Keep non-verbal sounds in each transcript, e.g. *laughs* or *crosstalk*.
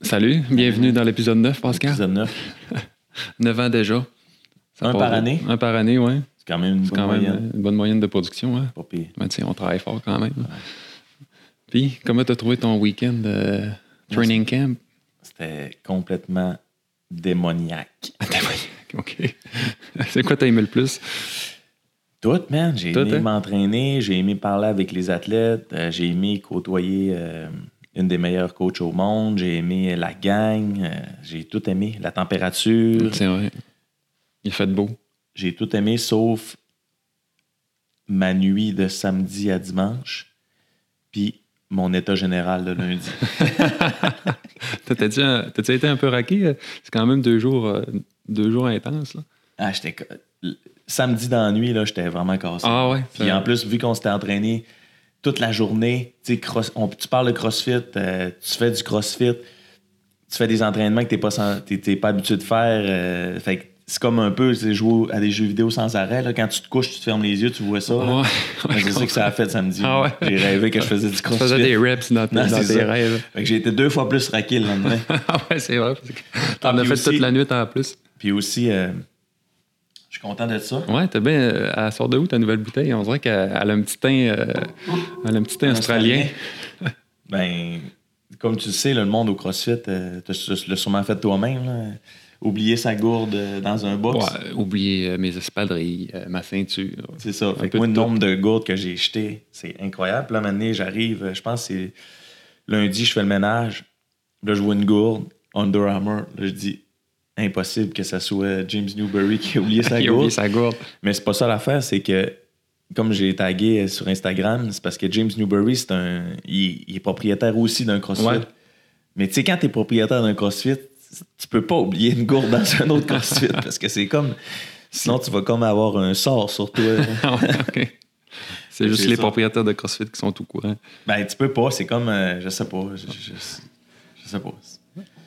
salut. Bienvenue dans l'épisode 9, Pascal. Épisode 9. 9 ans déjà. Ça Un part par vite. année? Un par année, oui. C'est quand même une C'est bonne quand même euh, moyenne. une bonne moyenne de production. Hein? Pas pire. Ben, tu sais, on travaille fort quand même. Puis, comment t'as trouvé ton week-end de training camp? C'était complètement démoniaque. *laughs* OK. C'est quoi t'as aimé le plus? Tout, man. J'ai Tout, aimé hein? m'entraîner, j'ai aimé parler avec les athlètes, euh, j'ai aimé côtoyer euh, une des meilleures coachs au monde, j'ai aimé la gang, euh, j'ai tout aimé. La température, C'est vrai. Il fait *laughs* beau. j'ai tout aimé sauf ma nuit de samedi à dimanche, puis mon état général de *laughs* lundi. T'as-tu un- t'as-tu été un peu raqué? euh? C'est quand même deux jours, euh, deux jours intenses. Là. Ah, j'étais. ca- l- Samedi dans la nuit, là, j'étais vraiment cassé. Ah ouais? Puis en plus, vu qu'on s'était entraîné toute la journée, tu sais, cross- on- tu parles de CrossFit, euh, tu fais du CrossFit, tu fais des entraînements que tu n'es pas, sen- t'es- t'es pas habitué de faire. euh, fait que c'est comme un peu c'est jouer à des jeux vidéo sans arrêt. là. Quand tu te couches, tu te fermes les yeux, tu vois ça. là. Ouais, ouais, Ben, je c'est ça que ça a fait samedi. Ah ouais. J'ai rêvé que je faisais du tu CrossFit. faisais des reps dans, tes- Non, dans c'est tes ça. rêves. Fait que j'ai été deux fois plus raqué le lendemain. *laughs* ah ouais, c'est vrai. parce que Ah, T'en as puis fait aussi- toute la nuit en plus. Puis aussi, euh, je suis content de ça. Ouais, t'as bien. euh, Elle sort de où ta nouvelle bouteille? On dirait qu'elle elle a un petit teint, euh, elle a un petit teint *laughs* australien. *laughs* Ben, comme tu le sais, là, le monde au CrossFit, euh, tu tu l'as sûrement fait toi-même. là. Oublier sa gourde euh, dans un box. Ouais, oublier euh, mes espadrilles, euh, ma ceinture. C'est ça. Fait peu que moi, de le tout. nombre de gourdes que j'ai jetées, c'est incroyable. Puis Là, maintenant, j'arrive, euh, je pense que c'est lundi, je fais le ménage. Là, je vois une gourde, Under Armour. Là, je dis, impossible que ça soit James Newberry qui a *laughs* oublié sa Il a gourde. oublié sa gourde. Mais c'est pas ça l'affaire, c'est que comme j'ai tagué euh, sur Instagram, c'est parce que James Newberry, c'est un. Il, il est propriétaire aussi d'un CrossFit. Ouais. Mais tu sais, quand t'es propriétaire d'un CrossFit, tu peux pas oublier une gourde dans un autre CrossFit *laughs* parce que c'est comme. Sinon, tu vas comme avoir un sort sur *laughs* toi. Ah ouais, ok. C'est juste C'est les ça. propriétaires de CrossFit qui sont au courant. ben, tu peux pas, c'est comme. euh, je sais pas. Je, je- je- je sais pas.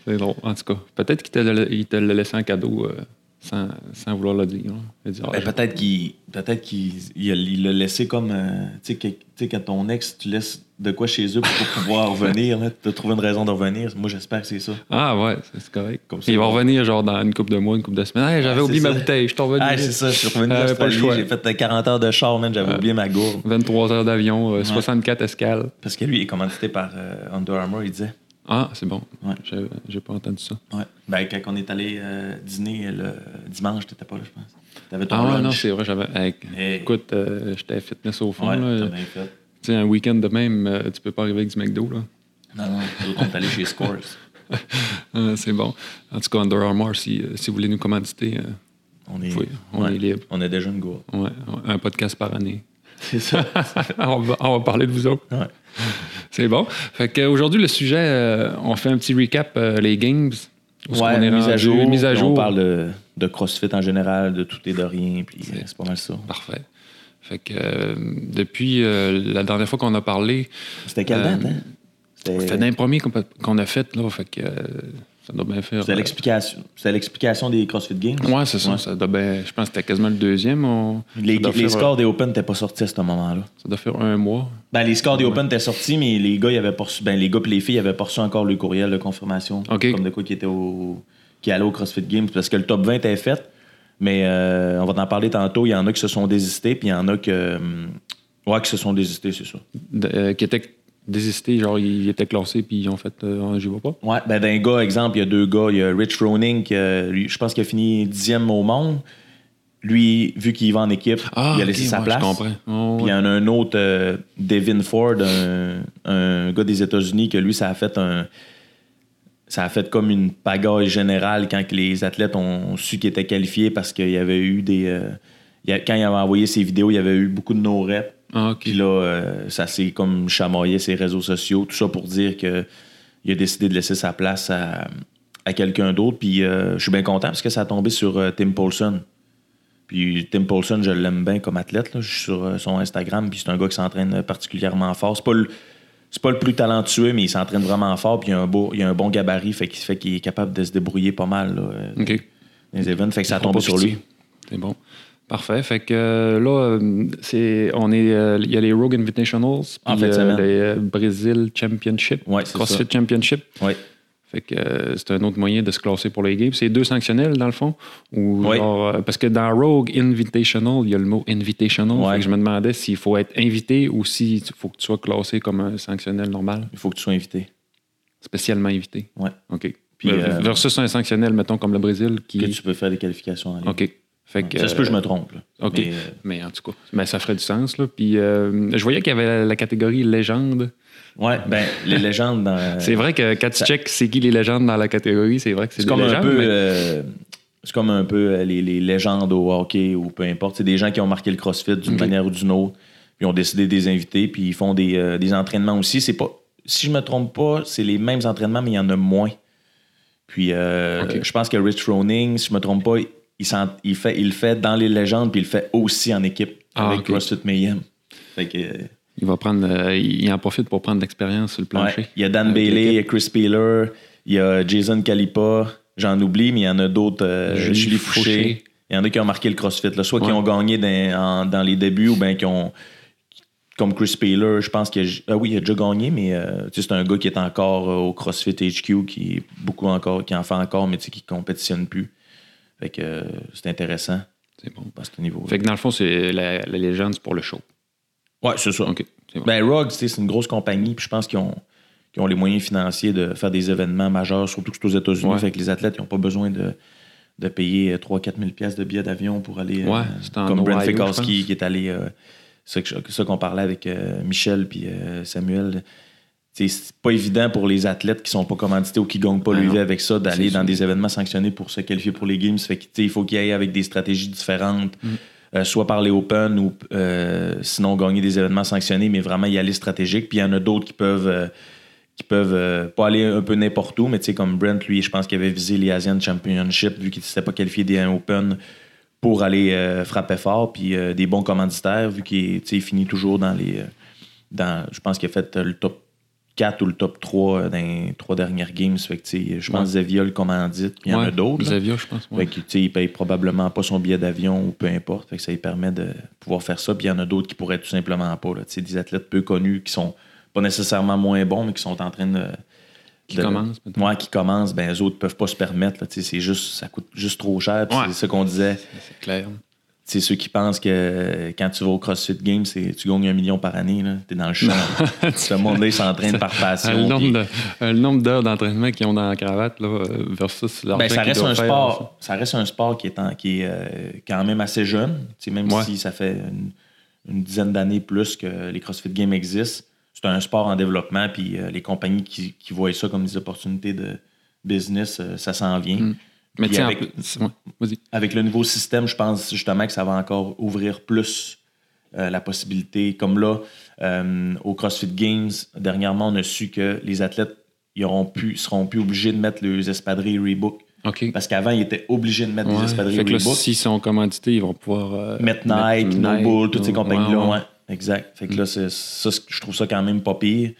C'est drôle. En tout cas, peut-être qu'il te le- il te l'a laissé en cadeau euh, sans, sans vouloir le dire. hein. Il a dit, ah, Ben, je- peut-être qu'il peut-être qu'il il a- il l'a laissé comme euh, tu sais que- tu sais quand ton ex tu laisses de quoi chez eux pour *laughs* pouvoir revenir là, t'as trouvé une raison de revenir moi j'espère que c'est ça Ah ouais, c'est c'est correct. Comme ça, il va bon. revenir genre dans une couple de mois, une couple de semaines. Hey, j'avais Ah, oublié c'est ma ça. bouteille, je suis revenu. Ah, c'est ça, je suis revenu J'avais pas le d'Australie, choix. j'ai fait euh, 40 heures de char, man, j'avais oublié ma gourde. 23 heures d'avion, euh, 64 escales. Parce que lui, il est commandité par euh, Under Armour, il disait. Ah, c'est bon. Ouais. J'ai- J'ai pas entendu ça. Ouais. Ben, quand on est allé euh, dîner le dimanche, t'étais pas là, je pense. T'avais ton Ah ouais, non, lunch. c'est vrai, j'avais. hey, Hey. Écoute, euh, j'étais fitness au fond. Ouais, là. t'en avais fait. Tu sais, un week-end de même, euh, tu peux pas arriver avec du McDo. Là. Non, non, nous autres, on est allé chez Scores. Ah, c'est bon. En tout cas, Under Armour, si, euh, si vous voulez nous commanditer, euh, On est, Oui, on est libre. On a déjà une gourde. ouais, un podcast par année. C'est ça. *laughs* on, va, on va parler de vous autres. ouais. C'est bon. Fait qu'aujourd'hui, le sujet, euh, on fait un petit recap, euh, les games. Où est-ce qu'on est mise à rendu, jour. Mise à puis jour. On parle de, de CrossFit en général, de tout et de rien, puis euh, c'est pas mal ça. Parfait. Fait que euh, depuis euh, la dernière fois qu'on a parlé, C'était quelle Euh, date, hein? c'était d'un premier qu'on peut- qu'on a fait, là. Fait que euh, ça doit bien faire. C'était l'explication. C'était l'explication des CrossFit Games. euh, Ouais, c'est ça. Ouais. ça doit bien- je pense que c'était quasiment le deuxième. on- Les, ça, doit les faire, scores des Open n'étaient pas sortis à ce moment-là. ça doit faire un mois. Ben, les scores des Open étaient sortis, mais les gars, ils avaient pas reçu- ben, les gars et les filles ils avaient pas reçu encore le courriel de confirmation. OK. Comme de quoi qui était au. qui allait au CrossFit Games. Parce que le top 20 était fait. Mais euh, on va en parler tantôt. Il y en a qui se sont désistés, puis il y en a que. hum, ouais, qui se sont désistés, c'est ça. de- euh, qui était désisté, genre, il était classé, puis ils ont fait, euh, Ah, j'y vais pas. Ouais, ben d'un gars, exemple, il y a deux gars. Il y a Rich Froning, qui, euh, lui, je pense qu'il a fini dixième au monde. Lui, vu qu'il va en équipe, il a Ah, ok, laissé sa ouais, place. Je comprends. Oh, Puis il y ouais. en a un autre, euh, Devin Ford, un, un gars des États-Unis, que lui, ça a fait un. Ça a fait comme une pagaille générale quand que les athlètes ont su qu'ils étaient qualifiés parce qu'il y avait eu des. euh, il y a- quand il avait envoyé ses vidéos, il y avait eu beaucoup de no reps. Ah, ok. Puis là, euh, ça s'est comme chamaillé ses réseaux sociaux. Tout ça pour dire que il a décidé de laisser sa place à, à quelqu'un d'autre. Puis euh, je suis bien content parce que ça a tombé sur euh, Tim Paulson. Puis Tim Paulson, je l'aime bien comme athlète. là. Je suis sur euh, son Instagram, puis c'est un gars qui s'entraîne particulièrement fort. C'est pas le, c'est pas le plus talentueux, mais il s'entraîne vraiment fort, puis il a un, beau, il a un bon gabarit, fait qu'il fait qu'il est capable de se débrouiller pas mal là, euh, Ok. dans les events. Fait que ça a Prends pas tombé sur lui. pitié. C'est bon. Parfait. Fait que euh, là, euh, c'est, on est, euh, il y a les Rogue Invitationals, En puis, fin de euh, semaine. les euh, Brésil Championship, Ouais, c'est CrossFit ça. Championship. Oui. Fait que euh, c'est un autre moyen de se classer pour les games. C'est deux sanctionnels, dans le fond. Ou Oui. genre, euh, parce que dans Rogue Invitational, il y a le mot invitational. Ouais. Fait que je me demandais s'il faut être invité ou s'il faut que tu sois classé comme un sanctionnel normal, Il faut que tu sois invité. spécialement invité. Ouais. OK. Puis, Ver- euh, versus un sanctionnel, mettons, comme le Brésil, qui. Que tu peux faire des qualifications en ligne. OK. Fait que, Ça se peut, euh, je me trompe. là. OK. Mais, Mais, euh, en tout cas, mais ça ferait du sens. Là. Puis, euh, je voyais qu'il y avait la, la catégorie légende. ouais, ben, les légendes *laughs* dans. c'est vrai que quand tu ça- checks c'est qui les légendes dans la catégorie, c'est vrai que c'est C'est des comme un légendes, peu. mais- euh, c'est comme un peu euh, les, les légendes au hockey ou peu importe. C'est des gens qui ont marqué le CrossFit d'une Ok. manière ou d'une autre, puis ont décidé de les inviter, puis ils font des, euh, des entraînements aussi. C'est pas, si je me trompe pas, c'est les mêmes entraînements, mais il y en a moins. Puis euh, Ok. je pense que Rich Froning, si je me trompe pas, il, s'en- il fait, il le fait dans les légendes, puis il le fait aussi en équipe Ah, avec ok. CrossFit Mayhem. Fait que, euh, Il va prendre, euh, il en profite pour prendre de l'expérience sur le plancher. ouais. Il y a Dan Avec Bailey, il y l'équipe. a Chris Peeler, il y a Jason Calipa, j'en oublie, mais il y en a d'autres. euh, Julie Julie, Fauché. Fouché. Il y en a qui ont marqué le CrossFit, là, soit qui Ouais. ont gagné dans, en- dans les débuts ou bien qui ont. Comme Chris Peeler, je pense que. Ah oui, il a déjà gagné, mais euh, tu sais, c'est un gars qui est encore euh, au CrossFit HQ, qui est beaucoup encore, qui en fait encore, mais tu sais, qui compétitionne plus. Fait que euh, c'est intéressant C'est bon. à ce niveau. Fait que dans le fond, c'est la, la légende c'est pour le show. Ouais, c'est ça. OK. c'est bon. Ben, Rogue, tu sais, c'est une grosse compagnie, puis je pense qu'ils ont, qu'ils ont les moyens financiers de faire des événements majeurs, surtout que c'est aux États-Unis. Ouais. Fait que les athlètes, ils n'ont pas besoin de, de payer euh, 3-4 000 piastres de billets d'avion pour aller. euh, Ouais, c'est en comme Brent Ohio, je Fikowski pense. qui est allé. euh, ça que je- ça qu'on parlait avec euh, Michel puis euh, Samuel. Tu sais, C'est pas évident pour les athlètes qui sont pas commandités ou qui gagnent pas Ben l'UV non. avec ça d'aller C'est dans sûr. des événements sanctionnés pour se qualifier pour les games. Fait que, tu sais, il faut qu'ils aillent avec des stratégies différentes, Mm. euh, soit par les Open ou euh, sinon gagner des événements sanctionnés, mais vraiment y aller stratégique. Puis il y en a d'autres qui peuvent euh, qui peuvent euh, pas aller un peu n'importe où, mais tu sais, comme Brent, lui, je pense qu'il avait visé les Asian Championship vu qu'il s'était pas qualifié des Open pour aller euh, frapper fort, puis euh, des bons commanditaires, vu qu'il est- tu sais, il finit toujours dans les. euh, dans, je pense qu'il a fait euh, le top 4 ou le top 3 euh, dans les trois dernières games. Fait que, tu sais, je pense que Zavia le commandite, puis il y en Ouais, a d'autres. là. Xavier, je pense. ouais. Fait que, tu sais, il paye probablement pas son billet d'avion ou peu importe. Fait que ça lui permet de pouvoir faire ça. Puis il y en a d'autres qui pourraient tout simplement pas. là. Tu sais, des athlètes peu connus qui sont pas nécessairement moins bons, mais qui sont en train de. Qui de- commence, peut-être. Ouais, qui commencent. Ben, les autres peuvent pas se permettre. là. Tu sais, C'est juste, ça coûte juste trop cher. puis Ouais. C'est ça qu'on disait C'est clair. c'est ceux qui pensent que quand tu vas au CrossFit Games, c'est- tu gagnes un million par année. là. T'es dans *laughs* le champ. Ce monde-là, il s'entraîne par passion. le, nombre puis- de- euh, le nombre d'heures d'entraînement qu'ils ont dans la cravate là, euh, versus l'argent Ben, ça qu'ils reste doivent un faire, sport. Ça reste un sport qui est, en- qui est, euh, quand même assez jeune. Tu sais, même Ouais. si ça fait une, une dizaine d'années plus que les CrossFit Games existent, c'est un sport en développement. Puis euh, les compagnies qui, qui voient ça comme des opportunités de business, euh, ça s'en vient. Mm. Mais Puis tiens, avec- vas-y. avec le nouveau système, je pense justement que ça va encore ouvrir plus euh, la possibilité. Comme là, euh, au CrossFit Games, dernièrement, on a su que les athlètes ils auront pu, seront plus obligés de mettre leurs espadrilles Reebok. OK. Parce qu'avant, ils étaient obligés de mettre Ben, des Ouais. espadrilles Fait que là, Reebok. s'ils sont commandités, ils vont pouvoir. euh, mettre Nike, mettre No Nike, Bull, toutes ces ouais, compagnies-là. ouais. ouais. Exact. Fait que là, c'est- ça, c'est- je trouve ça quand même pas pire.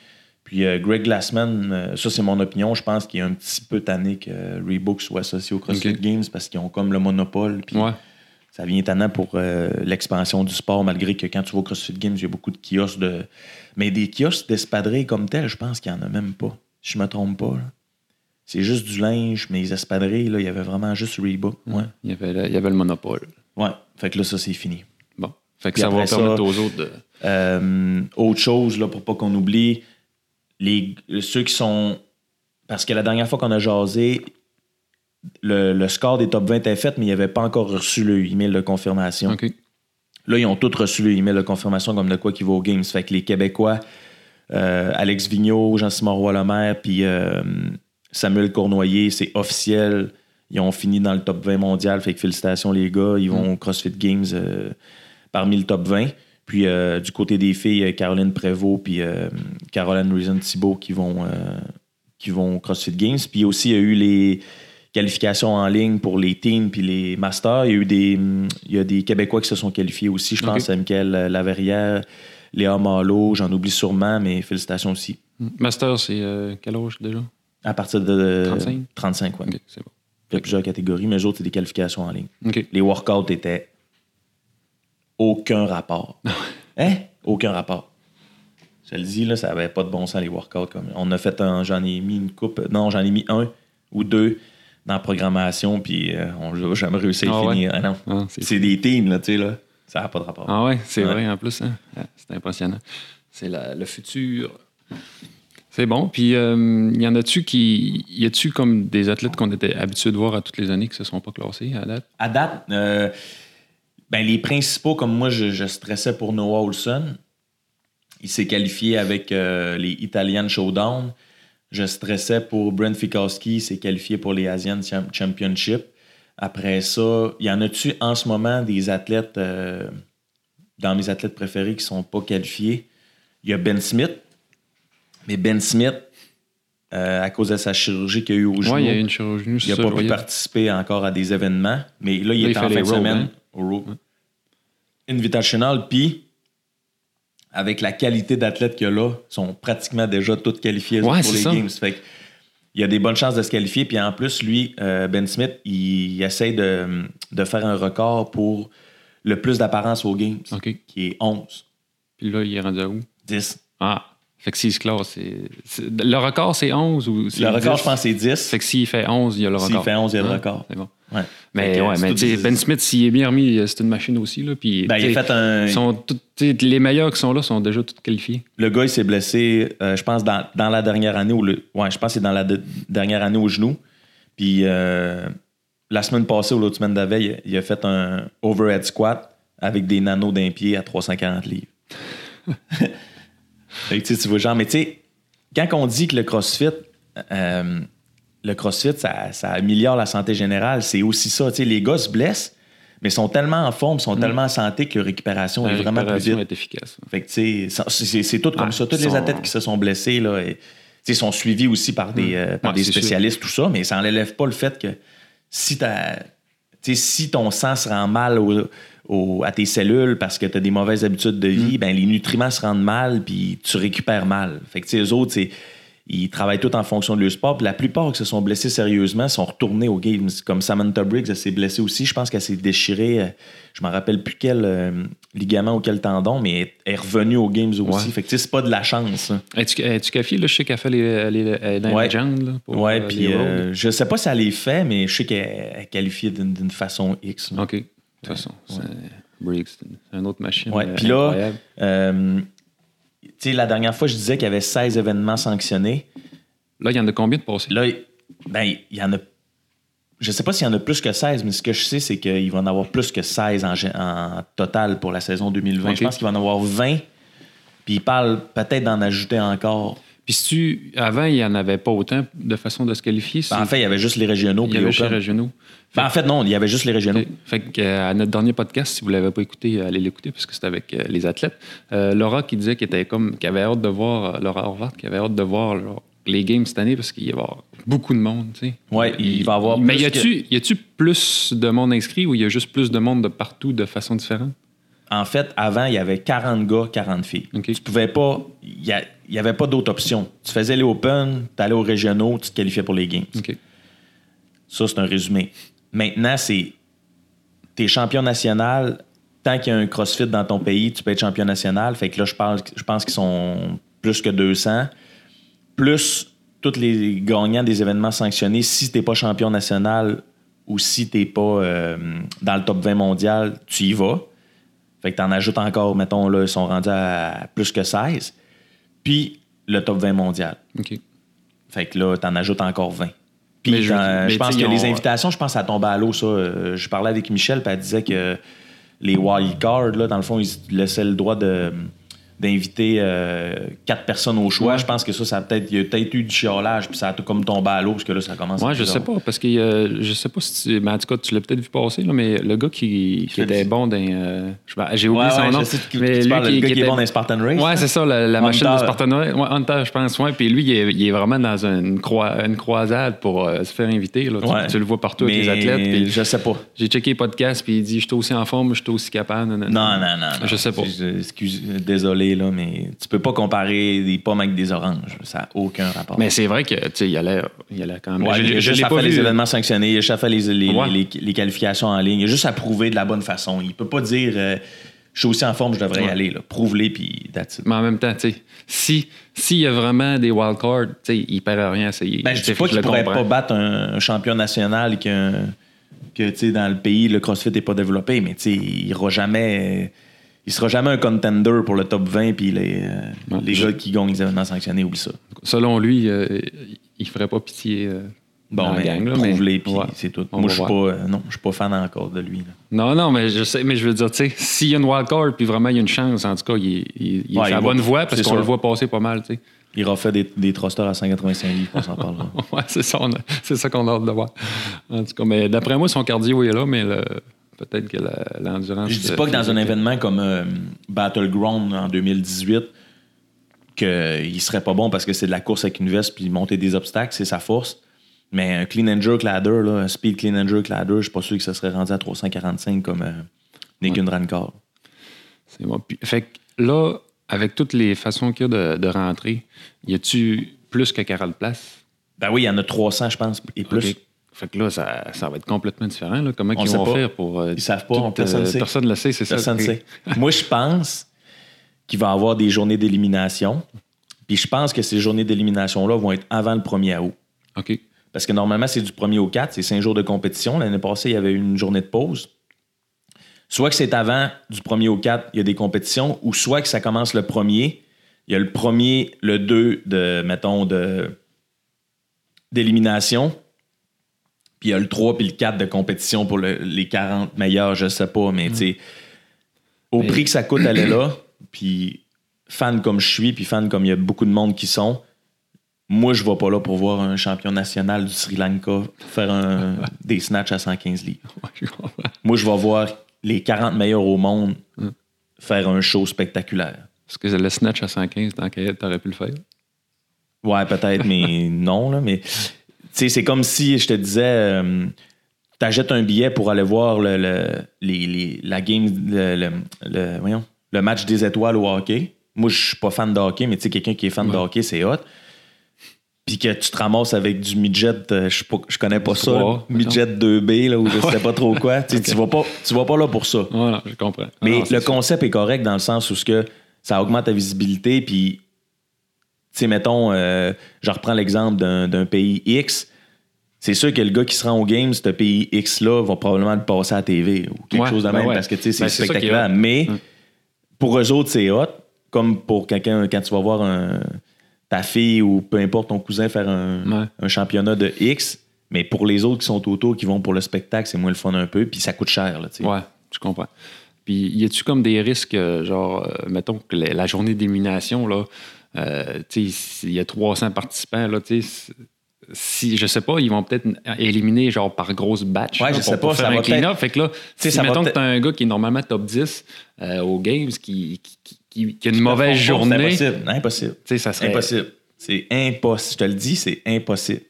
Puis euh, Greg Glassman, euh, ça c'est mon opinion, je pense qu'il est un petit peu tanné que euh, Reebok soit associé au CrossFit Ok. Games parce qu'ils ont comme le monopole. Puis Ouais. ça vient étonnant pour euh, l'expansion du sport, malgré que quand tu vas au CrossFit Games, il y a beaucoup de kiosques de. Mais des kiosques d'espadrilles comme tel, je pense qu'il n'y en a même pas. Si je me trompe pas. là. C'est juste du linge, mais les espadrilles, là, il y avait vraiment juste Reebok. Ouais. Il y, avait le, il y avait le monopole. Ouais. Fait que là, ça, c'est fini. Bon. Fait que Puis ça va après ça- permettre aux autres de. Euh, autre chose, là, pour pas qu'on oublie, les, ceux qui sont. Parce que la dernière fois qu'on a jasé, le, le score des top 20 était fait, mais ils n'avaient pas encore reçu le email de confirmation. OK. Là, ils ont tous reçu le email de confirmation comme de quoi qui va aux Games. Fait que les Québécois, euh, Alex Vigneault, Jean-Simon Roy-Lemaire, puis euh, Samuel Cournoyer, c'est officiel. Ils ont fini dans le top 20 mondial. Fait que félicitations, les gars. Ils vont au CrossFit Games euh, parmi le top 20. Puis euh, du côté des filles, euh, Caroline Prévost puis euh, Caroline Reason-Thibault qui vont euh, qui vont au CrossFit Games. Puis aussi, il y a eu les qualifications en ligne pour les teams puis les masters. Il y a eu des, hum, il y a des Québécois qui se sont qualifiés aussi. Je Ok. pense à Michael Laverrière, Léa Malo, j'en oublie sûrement, mais félicitations aussi. Master, c'est euh, quel âge déjà? À partir de 35? 35, ouais. OK, c'est bon. Il y a plusieurs catégories, mais eux autres, c'est des qualifications en ligne. OK. Les workouts étaient *laughs* aucun rapport. hein? Aucun rapport. Je le dis, là, ça avait pas de bon sens les workouts. Comme. On a fait un. J'en ai mis une coupe. Non, j'en ai mis un ou deux dans la programmation, puis euh, on n'a jamais réussi à Ah le ouais? finir. Ah non. Ah, c'est- C'est des teams, là, tu sais, là. Ça n'a pas de rapport. Ah ouais, c'est Ouais. vrai en plus. hein. Ah, C'est impressionnant. C'est la- le futur. C'est bon. Puis, il y en a-tu qui. Y a-tu comme des athlètes qu'on était habitués de voir à toutes les années qui se sont pas classés à date? À date, euh, ben, les principaux, comme moi, je, je stressais pour Noah Olson. Il s'est qualifié avec euh, les Italian Showdown. Je stressais pour Brent Fikowski. Il s'est qualifié pour les Asian Cham- Championship. Après ça, il y en a-tu en ce moment des athlètes, euh, dans mes athlètes préférés, qui sont pas qualifiés? Il y a Ben Smith. Mais Ben Smith, euh, à cause de sa chirurgie qu'il y a eu au genou, Oui, il y a une chirurgie. il n'a pas pu participer encore à des événements, mais là, il Là, il est en fait fin les de Road, semaine hein? au Road Invitational. Puis, avec la qualité d'athlètes qu'il y a là, ils sont pratiquement déjà tous qualifiés Ouais, pour c'est les ça. Games. Fait que, il a des bonnes chances de se qualifier. Puis en plus, lui, euh, Ben Smith, il, essaie de, de faire un record pour le plus d'apparence aux Games, OK. qui est 11, Puis là, il est rendu à où? 10. Ah. Fait que s'il se classe, c'est. c'est- Le record, c'est 11 ou. c'est Le record, 10? je pense, c'est 10. Fait que s'il fait 11, il y a le record. S'il fait 11, il y a le Hein? record. C'est bon. Ouais. Fait Mais que, ouais, c'est mais tout tu sais, des- Ben Smith, s'il est bien remis, euh, c'est une machine aussi. Là, puis, Ben, il tu sais, a fait un. ils sont tous- tu sais, les meilleurs qui sont là sont déjà tous qualifiés. Le gars, il s'est blessé, euh, je pense, dans, dans la dernière année. Au, le- ouais, je pense que c'est dans la de- dernière année au genou. Puis euh, la semaine passée ou l'autre semaine d'avant, il, a- il a fait un overhead squat avec des nanos d'un pied à *laughs* 340 livres. Fait que, tu, sais, tu vois, genre, mais tu sais, quand on dit que le CrossFit, euh, le CrossFit, ça, ça améliore la santé générale, c'est aussi ça. Tu sais, les gars se blessent, mais sont tellement en forme, sont tellement en santé que leur récupération Mm. La est vraiment plus vite. récupération est efficace. Fait que, tu sais, ça- c'est- c'est c'est tout comme Ah, ça. Tous ils les sont- athlètes qui se sont blessés, là, et, tu sais, sont suivis aussi par des, euh, par Mm. Ouais, des c'est sûr. spécialistes, tout ça, mais ça n'enlève pas le fait que si t'as- tu sais, si ton sang se rend mal au- au- à tes cellules parce que tu as des mauvaises habitudes de Mm. vie, ben, les nutriments se rendent mal, puis tu récupères mal. Fait que, tu sais, eux autres, c'est- ils travaillent tous en fonction de leur sport. puis la plupart qui se sont blessés sérieusement sont retournés aux Games. Comme Samantha Briggs, elle s'est blessée aussi. Je pense qu'elle s'est déchirée, euh, je me rappelle plus quel euh, ligament ou quel tendon, mais elle est revenue aux Games aussi. Ouais. Fait que, tu sais, c'est pas de la chance. hein. Es-tu es-tu qualifié? Là, je sais qu'elle fait les, les, les, les Ouais. Legends, là, pour, ouais, euh, puis les roads. euh, je sais pas si elle les fait, mais je sais qu'elle est qualifiée d'une d'une façon X. là. OK. De toute façon, c'est Briggs, c'est une- c'est une autre machine. Ouais, euh, puis là, incroyable. euh, tu sais, la dernière fois, je disais qu'il y avait 16 événements sanctionnés. Là, il y en a combien de passés? Là, ben, il y en a. Je sais pas s'il y en a plus que 16, mais ce que je sais, c'est qu'il va en avoir plus que 16 en, gé- en total pour la saison 2020. Ok. Je pense qu'il va en avoir 20. Puis il parle peut-être d'en ajouter encore. Puis si tu. Avant, il n'y en avait pas autant de façon de se qualifier. Ben, en si- fait, il y avait juste les régionaux. il y puis avait les chez Open. Régionaux. Ben, en fait, non, il y avait juste les régionaux. Fait- Fait que, euh, à notre dernier podcast, si vous ne l'avez pas écouté, euh, allez l'écouter parce que c'était avec euh, les athlètes. Euh, Laura qui disait qu'elle était comme qu'elle avait hâte de voir, euh, Laura Horvath, qu'elle avait hâte de voir genre, les games cette année parce qu'il va y avoir beaucoup de monde. tu sais. Ouais, il va y avoir Mais plus y a-tu y a-tu plus de monde inscrit ou il y a juste plus de monde de partout de façon différente? En fait, avant, il y avait 40 gars, 40 filles. OK. Tu pouvais pas. Il n'y avait pas d'autre option. Tu faisais les Open, tu allais aux régionaux, tu te qualifiais pour les Games. OK. Ça, c'est un résumé. Maintenant, c'est. T'es champion national. Tant qu'il y a un CrossFit dans ton pays, tu peux être champion national. Fait que là, je, parle, je pense qu'ils sont plus que 200. Plus tous les gagnants des événements sanctionnés, si t'es pas champion national ou si t'es pas euh, dans le top 20 mondial, tu y vas. Fait que t'en ajoutes encore, mettons, là, ils sont rendus à plus que 16. Puis le top 20 mondial. OK. Fait que là, t'en ajoutes encore 20. Puis Mais je- dans- mais je, pense tu que sais, ils les ont- euh, invitations, je pense, ça tombait à l'eau, ça. Euh, Je parlais avec Michel, puis elle disait que les wildcards, là, dans le fond, ils laissaient le droit de d'inviter euh, quatre personnes au choix. Ouais. Je pense que ça, ça a peut-être, il y a peut-être eu du chiolage, puis ça a tout comme tombé à l'eau, parce que là, ça commence Moi, à je sais pas, parce que euh, je sais pas si tu. Mais en tout cas, tu l'as peut-être vu passer, là, mais le gars qui, qui fait était du- bon dans. euh, je sais pas, J'ai Ouais, oublié son ouais, nom. je sais de qui- mais tu lui parles, le gars qui est était- bon dans les Spartan Race. hein? Ouais, c'est ça, la, la Hunter. machine de Spartan Race. Ouais, Hunter, je pense. Ouais. Puis lui, il est, il est vraiment dans une, croi- une croisade pour euh, se faire inviter. là. Tu- Ouais. Tu, le vois partout avec Mais les athlètes. puis Je sais pas. J'ai checké les podcasts, puis il dit Je suis aussi en forme, je suis aussi capable. nanana. Non, non, non. non. Je sais pas. Je- excuse- euh, désolé, là, mais tu peux pas comparer des pommes avec des oranges. Ça n'a aucun rapport. Mais c'est vrai que, tu sais, il allait, il allait quand même. Ouais, il a juste à faire les événements sanctionnés, il a juste à faire les, les, Ouais. les- les qualifications en ligne, il a juste à prouver de la bonne façon. Il peut pas dire euh, je suis aussi en forme, je devrais y Ouais. aller. là. Prouve-les, puis that's it. Mais en même temps, tu sais, si s'il y a vraiment des wildcards, tu sais, il perd à rien à essayer. Ben, je Tu sais, dis pas le qu'il pourrait comprends. pas battre un, un champion national et que, que, tu sais, dans le pays, le CrossFit n'est pas développé, mais tu sais, il ira jamais. Il sera jamais un contender pour le top 20 puis les, euh, Ouais. les Je- gars qui gagnent les événements sanctionnés, oublie ça. Selon lui, euh, il ferait pas pitié. euh, dans Bon, la mais gang, là, mais- prouve-les puis Ouais. c'est tout. On Moi, va je suis voir. pas, euh, non, je suis pas fan encore de lui. là. Non, non, mais je sais, mais je veux dire, tu sais, s'il y a une wildcard, puis vraiment il y a une chance, en tout cas, il, il, il est sur Ouais, il la va- bonne voie parce c'est qu'on sûr. le voit passer pas mal, tu sais. *laughs* Il refait des, des thrusters à 185 livres, on s'en parlera. Ouais, c'est ça, on a- c'est ça qu'on a hâte de voir. En tout cas, mais d'après moi, son cardio est là, mais le- peut-être que la- l'endurance. Je dis pas que dans un physique- événement comme euh, Battleground en 2018, qu'il serait pas bon parce que c'est de la course avec une veste puis monter des obstacles, c'est sa force. Mais un clean and jerk ladder, là, un speed clean and jerk ladder, je suis pas sûr que ça serait rendu à 345 comme euh, Nick Undrankar. C'est bon. Puis- fait que là, avec toutes les façons qu'il y a de, de rentrer, y a-tu plus que 40 places? Ben oui, il y en a 300, je pense, et plus. Ok. Fait que là, ça, ça va être complètement différent. là. Comment On ils sait vont pas. faire pour. euh, Ils savent pas, tout, on- personne euh, sait. Personne ne le sait, c'est ça. Personne ne Ok. *laughs* sait. Moi, je pense qu'il va y avoir des journées d'élimination. Puis je pense que ces journées d'élimination-là vont être avant le 1er août. OK. *laughs* Parce que normalement, c'est du 1er au 4, c'est 5 jours de compétition. L'année passée, il y avait eu une journée de pause. Soit que c'est avant du 1er au 4, il y a des compétitions, ou soit que ça commence le 1er, il y a le 1er, le 2 de, mettons, de d'élimination, puis il y a le 3 puis le 4 de compétition pour le- les 40 meilleurs, je sais pas, mais tu sais, au Mais- prix que ça coûte aller là, puis fan comme je suis, puis fan comme il y a beaucoup de monde qui sont, moi, je ne vais pas là pour voir un champion national du Sri Lanka faire un- des snatchs à 115 livres. Ouais, je comprends. Moi, je vais voir les 40 meilleurs au monde faire un show spectaculaire. Parce que le snatch à 115, dans quel t'aurais pu le faire? Ouais, *laughs* peut-être, mais non, là, mais tu sais, c'est comme si je te disais, euh, t'achètes un billet pour aller voir le, le- les- les- la game, le, le- le- voyons, le match des étoiles au hockey. Moi, je suis pas fan de hockey, mais tu sais, quelqu'un qui est fan de hockey, c'est hot. Puis que tu te ramasses avec du midget, euh, je sais pas- je connais pas Du ça, trois, là, midget 2B, là, ou *laughs* je sais pas trop quoi. Tu sais, tu vas pas, tu vas pas là pour ça. Voilà, je comprends. Ah Mais non, c'est le sûr. concept est correct dans le sens où ce que ça augmente ta visibilité, puis, tu sais, mettons, euh, je reprends l'exemple d'un d'un pays X. C'est sûr que le gars qui se rend au game, ce pays X-là, va probablement le passer à la TV ou quelque Ouais, chose de ben même, ouais. parce que, tu sais, c'est Ben, c'est ça qui est spectaculaire. hot. Mais Hum. pour eux autres, c'est hot, comme pour quelqu'un, quand tu vas voir un- ta fille ou peu importe ton cousin faire un, Ouais. un championnat de X. Mais pour les autres qui sont autour, qui vont pour le spectacle, c'est moins le fun un peu, puis ça coûte cher. Là, tu sais. Ouais, je comprends. Puis, y a-tu comme des risques, euh, genre, euh, mettons que la, la journée d'élimination, là, euh, tu sais, s'il y a 300 participants, là, tu sais, si, je sais pas, ils vont peut-être éliminer, genre, par grosse batch. Ouais, là, je pour- sais pour pas, faire ça un va clean-up. Fait que là, sais, si, ça va mettons que peut-être- t'as un gars qui est normalement top 10 euh, aux Games, qui, qui, qui- qui- qui a une mauvaise C'est journée, tu Impossible. Impossible. sais, ça C'est serait. impossible. C'est impossible. Je te le dis, c'est impossible.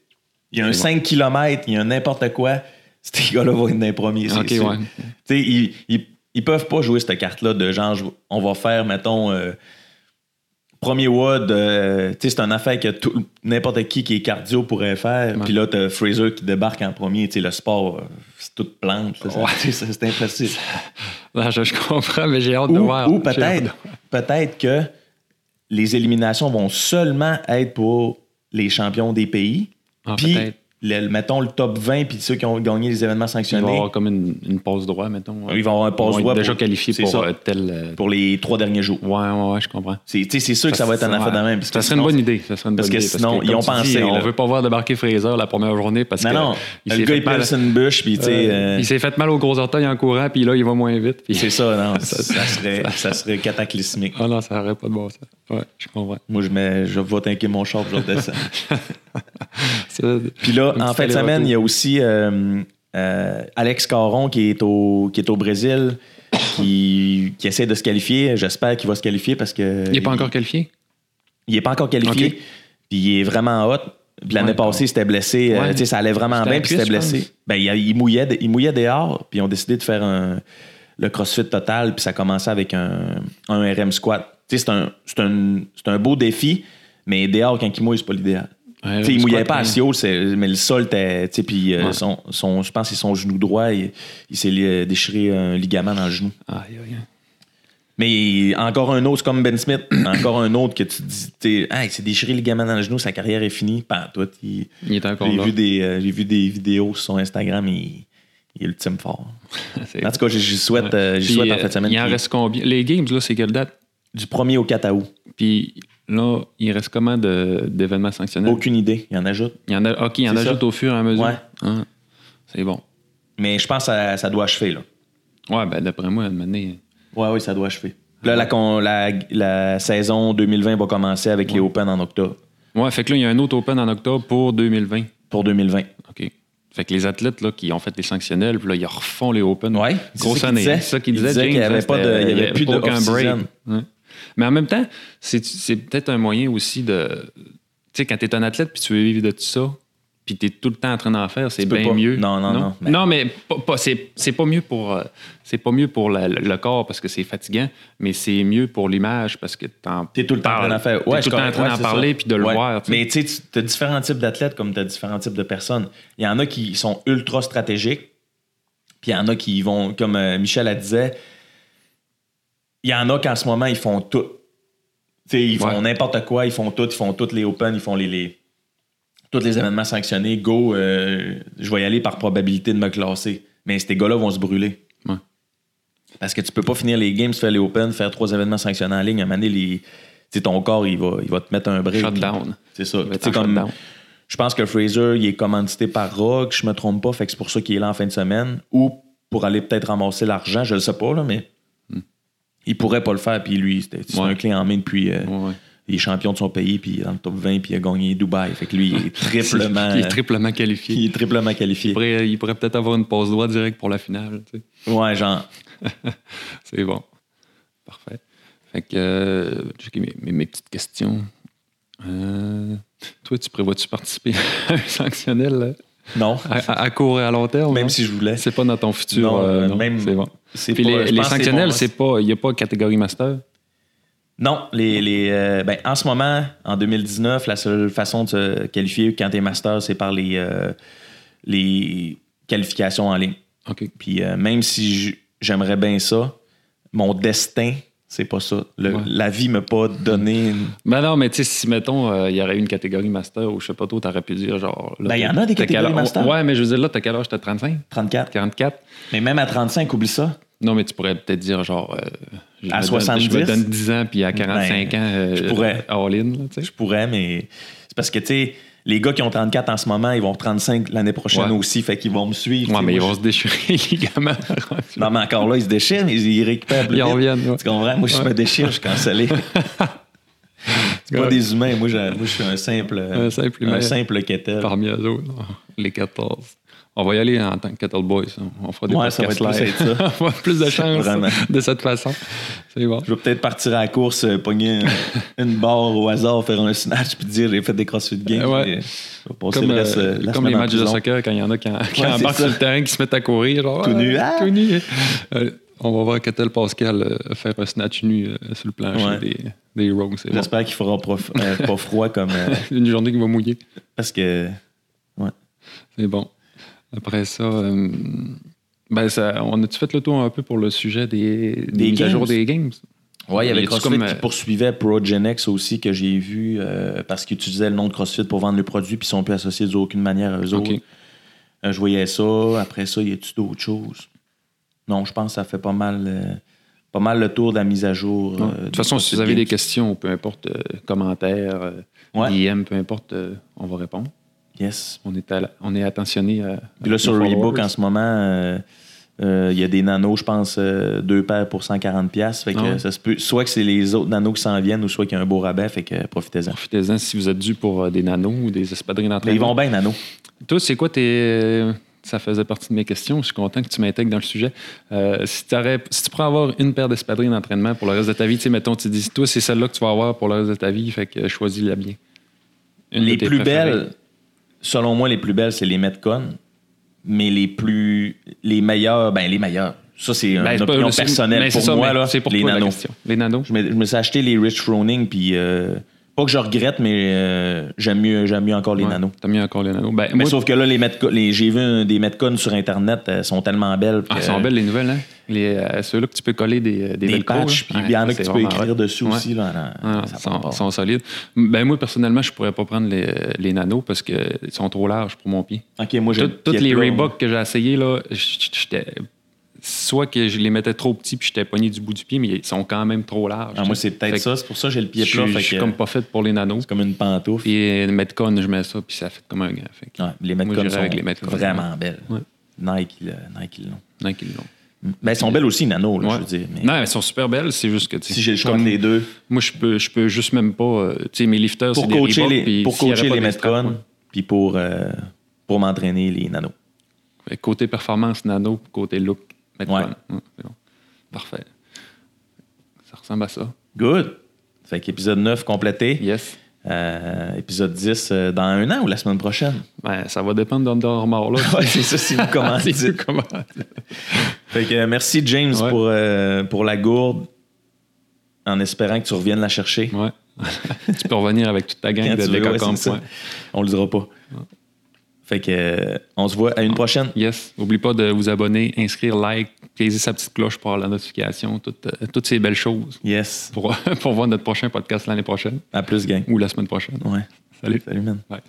Il y a un C'est bon. 5 km, il y a un n'importe quoi. *laughs* Ces gars-là vont être dans les premiers, c'est Ok, sûr. ouais. Tu sais, ils, ils, ils peuvent pas jouer cette carte-là de genre, je- on va faire, mettons, euh, premier WOD. euh, tu sais, c'est une affaire que tout- n'importe qui qui est cardio pourrait faire. Ouais. Puis là, t'as Fraser qui débarque en premier. Tu sais, le sport, euh, c'est toute plante. là. Tu sais, *laughs* C'est impossible. Non, je, je comprends, mais j'ai hâte de Ou- voir. Ou J'ai hâte de- peut-être peut-être que les éliminations vont seulement être pour les champions des pays. Ah, puis, peut-être. le- mettons le top 20, puis ceux qui ont gagné les événements Il va y sanctionnés, avoir comme une, une pause droit, mettons. Ils vont avoir un Ils vont passe-droit être déjà pour- qualifiés c'est pour ça. euh, tel. euh, pour les trois derniers jours. Ouais, ouais, ouais, je comprends. C'est tu sais, c'est sûr que ça va être un affaire de même. parce Ça que serait une sinon, bonne idée. Ça serait une parce bonne que idée, sinon, comme ils ont tu dis, pensé, on là. veut pas voir débarquer Fraser la première journée parce Non, que. non. il le s'est gars, fait il mal- place une bûche, puis tu sais. euh, Il s'est fait mal au gros orteil en courant, puis là, il va moins vite. puis- c'est *laughs* ça, non. ça, serait, ça serait cataclysmique. Ah non, ça aurait pas de bon sens. Ouais, je comprends. Moi, je, mets, je vais tanker mon char, puis je redescends. Ça- Puis là, Un en petit fin de semaine, il y a aussi euh, euh, Alex Caron qui est au, qui est au Brésil, qui, qui essaie de se qualifier. J'espère qu'il va se qualifier parce que. Il n'est pas encore qualifié? Il n'est pas encore qualifié. Ok. Puis il est vraiment hot. Puis l'année Ouais, passée, il s'était blessé. euh, Ouais. tu sais, ça allait vraiment C'était bien, la puis il s'était cuisse, je blessé. pense. Ben, il, a- il mouillait, de- il mouillait dehors, puis ils ont décidé de faire un- le CrossFit total, puis ça commençait avec un, un RM squat. Tu sais, c'est un, c'est un- c'est un beau défi, mais dehors, quand il mouille, c'est pas l'idéal. Ouais, Tu sais, un il mouillait squat, pas ouais. assez haut, c'est- mais le sol était. tu sais, Puis euh, Ouais. son, son- euh, je pense que c'est son genou droit, il, il s'est li- déchiré un ligament dans le genou. Aïe, aïe, aïe. Mais encore un autre, c'est comme Ben Smith, *clears throat* encore un autre que tu te dis, t'es, ah, il s'est déchiré le gamin dans le genou, sa carrière est finie. Pas toi, il- Il est encore j'ai là. vu, des, euh, j'ai vu des vidéos sur son Instagram, il, il est ultime fort. *laughs* C'est- En tout cas, j'y souhaite, euh, j'y Puis, souhaite en euh, fait semaine. Il en qu'il- reste combien? Les games, là, c'est quelle date? Du 1er au 4 août. Puis là, il reste comment de- d'événements sanctionnels? Aucune idée, il en ajoute. Il y en a, OK, il y en C'est ça. ajoute au fur et à mesure. Ouais. Ah, c'est bon. Mais je pense que ça, ça doit achever, là. Ouais, ben d'après moi, à un moment donné, Ouais, oui, ça doit achever. Puis Là, la, con- la, la saison 2020 va commencer avec les Open en octobre euh, Ouais, fait que là, il y a un autre Open en octobre pour 2020. pour 2020. OK. Fait que les athlètes là, qui ont fait les sanctionnels, puis là, ils refont les Open. Ouais, c'est Grosse ça qu'il année. disait. C'est ça qu'il Il disait, disait James, qu'il y avait hein, pas de- c'était- il y avait plus de aucun off-season. Ouais. Mais en même temps, c'est, c'est peut-être un moyen aussi de. Tu sais, quand t'es un athlète puis tu veux vivre de tout ça, puis t'es tout le temps en train d'en faire, c'est peux bien pas. mieux. Non, non, non, mais- mais, pas- pas- c'est, c'est pas mieux pour, euh, c'est pas mieux pour la- le, le corps parce que c'est fatigant, mais c'est mieux pour l'image parce que t'en T'es tout le temps en train parles. d'en faire. T'es tout le temps en train d'en parler puis de le voir. tu sais. Mais tu sais, tu- t'as différents types d'athlètes comme t'as différents types de personnes. Il y en a qui sont ultra stratégiques, puis il y en a qui vont, comme euh, Michel a disait, il y en a qu'en ce moment, ils font tout. Tu sais, ils Ouais. font n'importe quoi, ils font tout, ils font toutes les open, ils font les, les- tous les événements sanctionnés. Go, euh, je vais y aller par probabilité de me classer. Mais ces gars-là vont se brûler. Ouais. Parce que tu peux pas finir les games, faire les open, faire trois événements sanctionnés en ligne, à un moment donné, les- tu sais, ton corps, il va, il va te mettre un break. Shutdown. C'est ça. va être Tu sais, en comme- shutdown. je pense que Fraser, il est commandité par Rock, je me trompe pas, fait que c'est pour ça qu'il est là en fin de semaine. Ou pour aller peut-être ramasser l'argent, je le sais pas, là, mais il pourrait pas le faire. Puis lui, c'était c'est Hmm. Ouais. un clé en main depuis. euh, Ouais, ouais. Il est champion de son pays, puis il est dans le top 20, puis il a gagné Dubaï. Fait que lui, il est *laughs* triplement, hein. Il est triplement qualifié. il est triplement qualifié. Il pourrait, il pourrait peut-être avoir une pause droite directe pour la finale. tu sais. Ouais, genre. C'est bon. Parfait. Fait que, euh, checker mes, mes- mes petites questions. Euh, toi, tu prévois-tu participer à un sanctionnel là? Non. à, à- à court et à long terme? Même non? si je voulais. C'est pas dans ton futur. Non, euh, euh, non, même- C'est bon. c'est Puis pas- je les, les pense que c'est sanctionnels, bon, hein. c'est pas. Il n'y a pas catégorie master. Non, les, les, euh, ben, en ce moment, en 2019, la seule façon de se qualifier quand t'es master, c'est par les, euh, les qualifications en ligne. OK. Puis euh, même si j- j'aimerais bien ça, mon destin, c'est pas ça. Le- Ouais. La vie m'a pas donné. une- Ben non, mais tu sais, si mettons, euh, il y aurait eu une catégorie master ou je sais pas trop, t'aurais pu dire genre. là, Ben, il y en a des t'as quel catégories âge- master. Ouais, mais je veux dire, là, t'as quel âge? T'as 35? 34. 44? Mais même à 35, oublie ça. Non, mais tu pourrais peut-être dire genre. euh, je À me donne- 70? je me donne 10 ans, puis à 45 Ben, ans, euh, je pourrais. all-in. là, tu sais. Je pourrais, mais c'est parce que, tu sais, les gars qui ont 34 en ce moment, ils vont 35 l'année prochaine Ouais. aussi, fait qu'ils vont me suivre. Ouais, Tu sais, mais ils moi, vont se déchirer les ligaments. *laughs* je- Non, mais encore là, ils se déchirent, mais ils récupèrent plus Ils en vite. reviennent. ouais. Tu comprends? Moi, je me déchire, je suis *laughs* cancellé. C'est pas Ouais. des humains. Moi, j'ai- moi, je suis un simple, Un simple humain. un simple quettel. Parmi eux autres, là, les 14. On va y aller en tant que Kettle Boys. hein. On fera des Ouais, ça va podcasts être plus live. *laughs* être ça. On va avoir plus de chance Vraiment. de cette façon. C'est bon. Je vais peut-être partir à la course, euh, pogner *laughs* un- une barre au hasard, faire un snatch, puis dire j'ai fait des crossfit games. Ouais. puis, euh, je vais passer Comme, le reste, euh, euh, la comme semaine les en matchs de prison. soccer, quand il y en a qui, en- qui Ouais, c'est embarquent sur ça. le terrain, qui se mettent à courir. Genre, Tout nu, ah! tout nu. Euh, on va voir Kettle Pascal euh, faire un snatch nu euh, sur le plancher Ouais. des, des Rogues. C'est bon. J'espère qu'il fera prof- euh, pas froid comme. euh, *laughs* Une journée qui va mouiller. parce que. C'est bon. Après ça, euh, ben ça, on a-tu fait le tour un peu pour le sujet des, des, Des mises à jour games. des games? Ouais, il y avait Y a-tu CrossFit comme, qui euh, poursuivait Progenex aussi, que j'ai vu, euh, parce qu'ils utilisaient le nom de CrossFit pour vendre le produit, puis ils sont plus associés d'aucune manière à eux Ok. autres. Euh, je voyais ça. Après ça, y a-tu d'autres choses? Non, je pense que ça fait pas mal, euh, pas mal le tour de la mise à jour. Non. euh, de des toute façon, si CrossFit vous avez Games. des questions, peu importe, euh, commentaires, euh, Ouais. DM, peu importe, euh, on va répondre. Yes. On est, à la- on est attentionné à. Puis là, à sur nos Reebok, followers. en ce moment, euh, euh, il y a des nanos, je pense, euh, deux paires pour 140$. piastres. Fait que Ah ouais. euh, ça se peut, soit que c'est les autres nanos qui s'en viennent, ou soit qu'il y a un beau rabais. Fait que euh, profitez-en. Profitez-en si vous êtes dû pour euh, des nanos ou des espadrilles Mais ils vont d'entraînement. bien, nanos. Toi, c'est quoi tes. euh, Ça faisait partie de mes questions. Je suis content que tu m'intègres dans le sujet. Euh, si, t'aurais- si tu pourrais avoir une paire d'espadrilles d'entraînement pour le reste de ta vie, tu sais, mettons, tu dis, toi, c'est celle-là que tu vas avoir pour le reste de ta vie, fait que euh, choisis-la bien. Une les de tes plus préférées. belles, euh, selon moi, les plus belles, c'est les Metcon. Mais les plus. Les meilleurs, ben les meilleurs. Ça, c'est une Ben, c'est pas- opinion c'est- personnelle mais c'est pour ça, moi, mais là. C'est pour les toi, la nanos. question. Les nanos. Je me, je me suis acheté les Rich Froning, puis euh, Pas que je regrette, mais euh, j'aime mieux, j'aime mieux encore les Ouais, nanos. T'as mis encore les nanos. Ben, Mais moi, sauf que là, les Metcon- les, j'ai vu un- des Metcon sur Internet, elles sont tellement belles. ah, que- elles sont belles les nouvelles, hein? Les, euh, Ceux-là que tu peux coller des, des, Des velcro, là. patchs, puis il y Ouais, en a que c'est tu peux vraiment écrire hot. dessus Ouais. aussi. Là, là, Ah, ça part sont, pas. sont solides. Ben moi, personnellement, je pourrais pas prendre les, les nanos parce qu'ils sont trop larges pour mon pied. Ok, moi, j'ai Tout- le toutes pied les plat, Reebok que j'ai essayé, là, j- j'étais. Soit que je les mettais trop petits puis j'étais poigné du bout du pied, mais ils sont quand même trop larges. Ah, moi, c'est peut-être Fait que ça. C'est pour ça que j'ai le pied je, plat. suis- fait je suis que- comme pas fait pour les nanos. C'est comme une pantoufle. Puis Metcon, je mets ça, puis ça fait comme un gars. Fait que, Ouais, les Moi, Metcon j'irais sont avec les Metcon, vraiment belles. Ouais. Nike, le- Nike, ils l'ont. non, qu'ils l'ont. Ben, elles sont belles aussi, Nano, là, Ouais. je veux dire. mais Non, elles sont super belles, c'est juste que tu sais, si j'ai le choix comme entre les deux, moi je peux je peux juste même pas euh, tu sais mes lifters pour c'est des coacher Reebok, les, puis pour s'il y avait coacher pas les de strap, ouais. Metcon, puis pour, euh, pour m'entraîner les Nano. Fait que Côté performance nano, côté look Metcon. Ouais. Ouais, c'est bon. Parfait. Ça ressemble à ça. Good. Fait qu'épisode 9 complété. Yes. Euh, épisode 10 euh, dans un an ou la semaine prochaine? Ben, ça va dépendre d'Under Armour là. *laughs* Ouais, c'est ça, si vous *laughs* commentez. C'est comment. Fait que, euh, merci, James, Ouais. pour, euh, pour la gourde. En espérant que tu reviennes la chercher. Ouais. *laughs* tu peux revenir avec toute ta gang Quand de tu veux, ouais, décocampe. c'est ça. ouais. On le dira pas. Fait que, euh, on se voit à une prochaine. Yes. N'oublie pas de vous abonner, inscrire, like, cliquer sa petite cloche pour avoir la notification, toutes, euh, toutes ces belles choses Yes. pour, *laughs* pour voir notre prochain podcast l'année prochaine À plus, gang. ou la semaine prochaine. Ouais. Salut. Salut, man. Bye.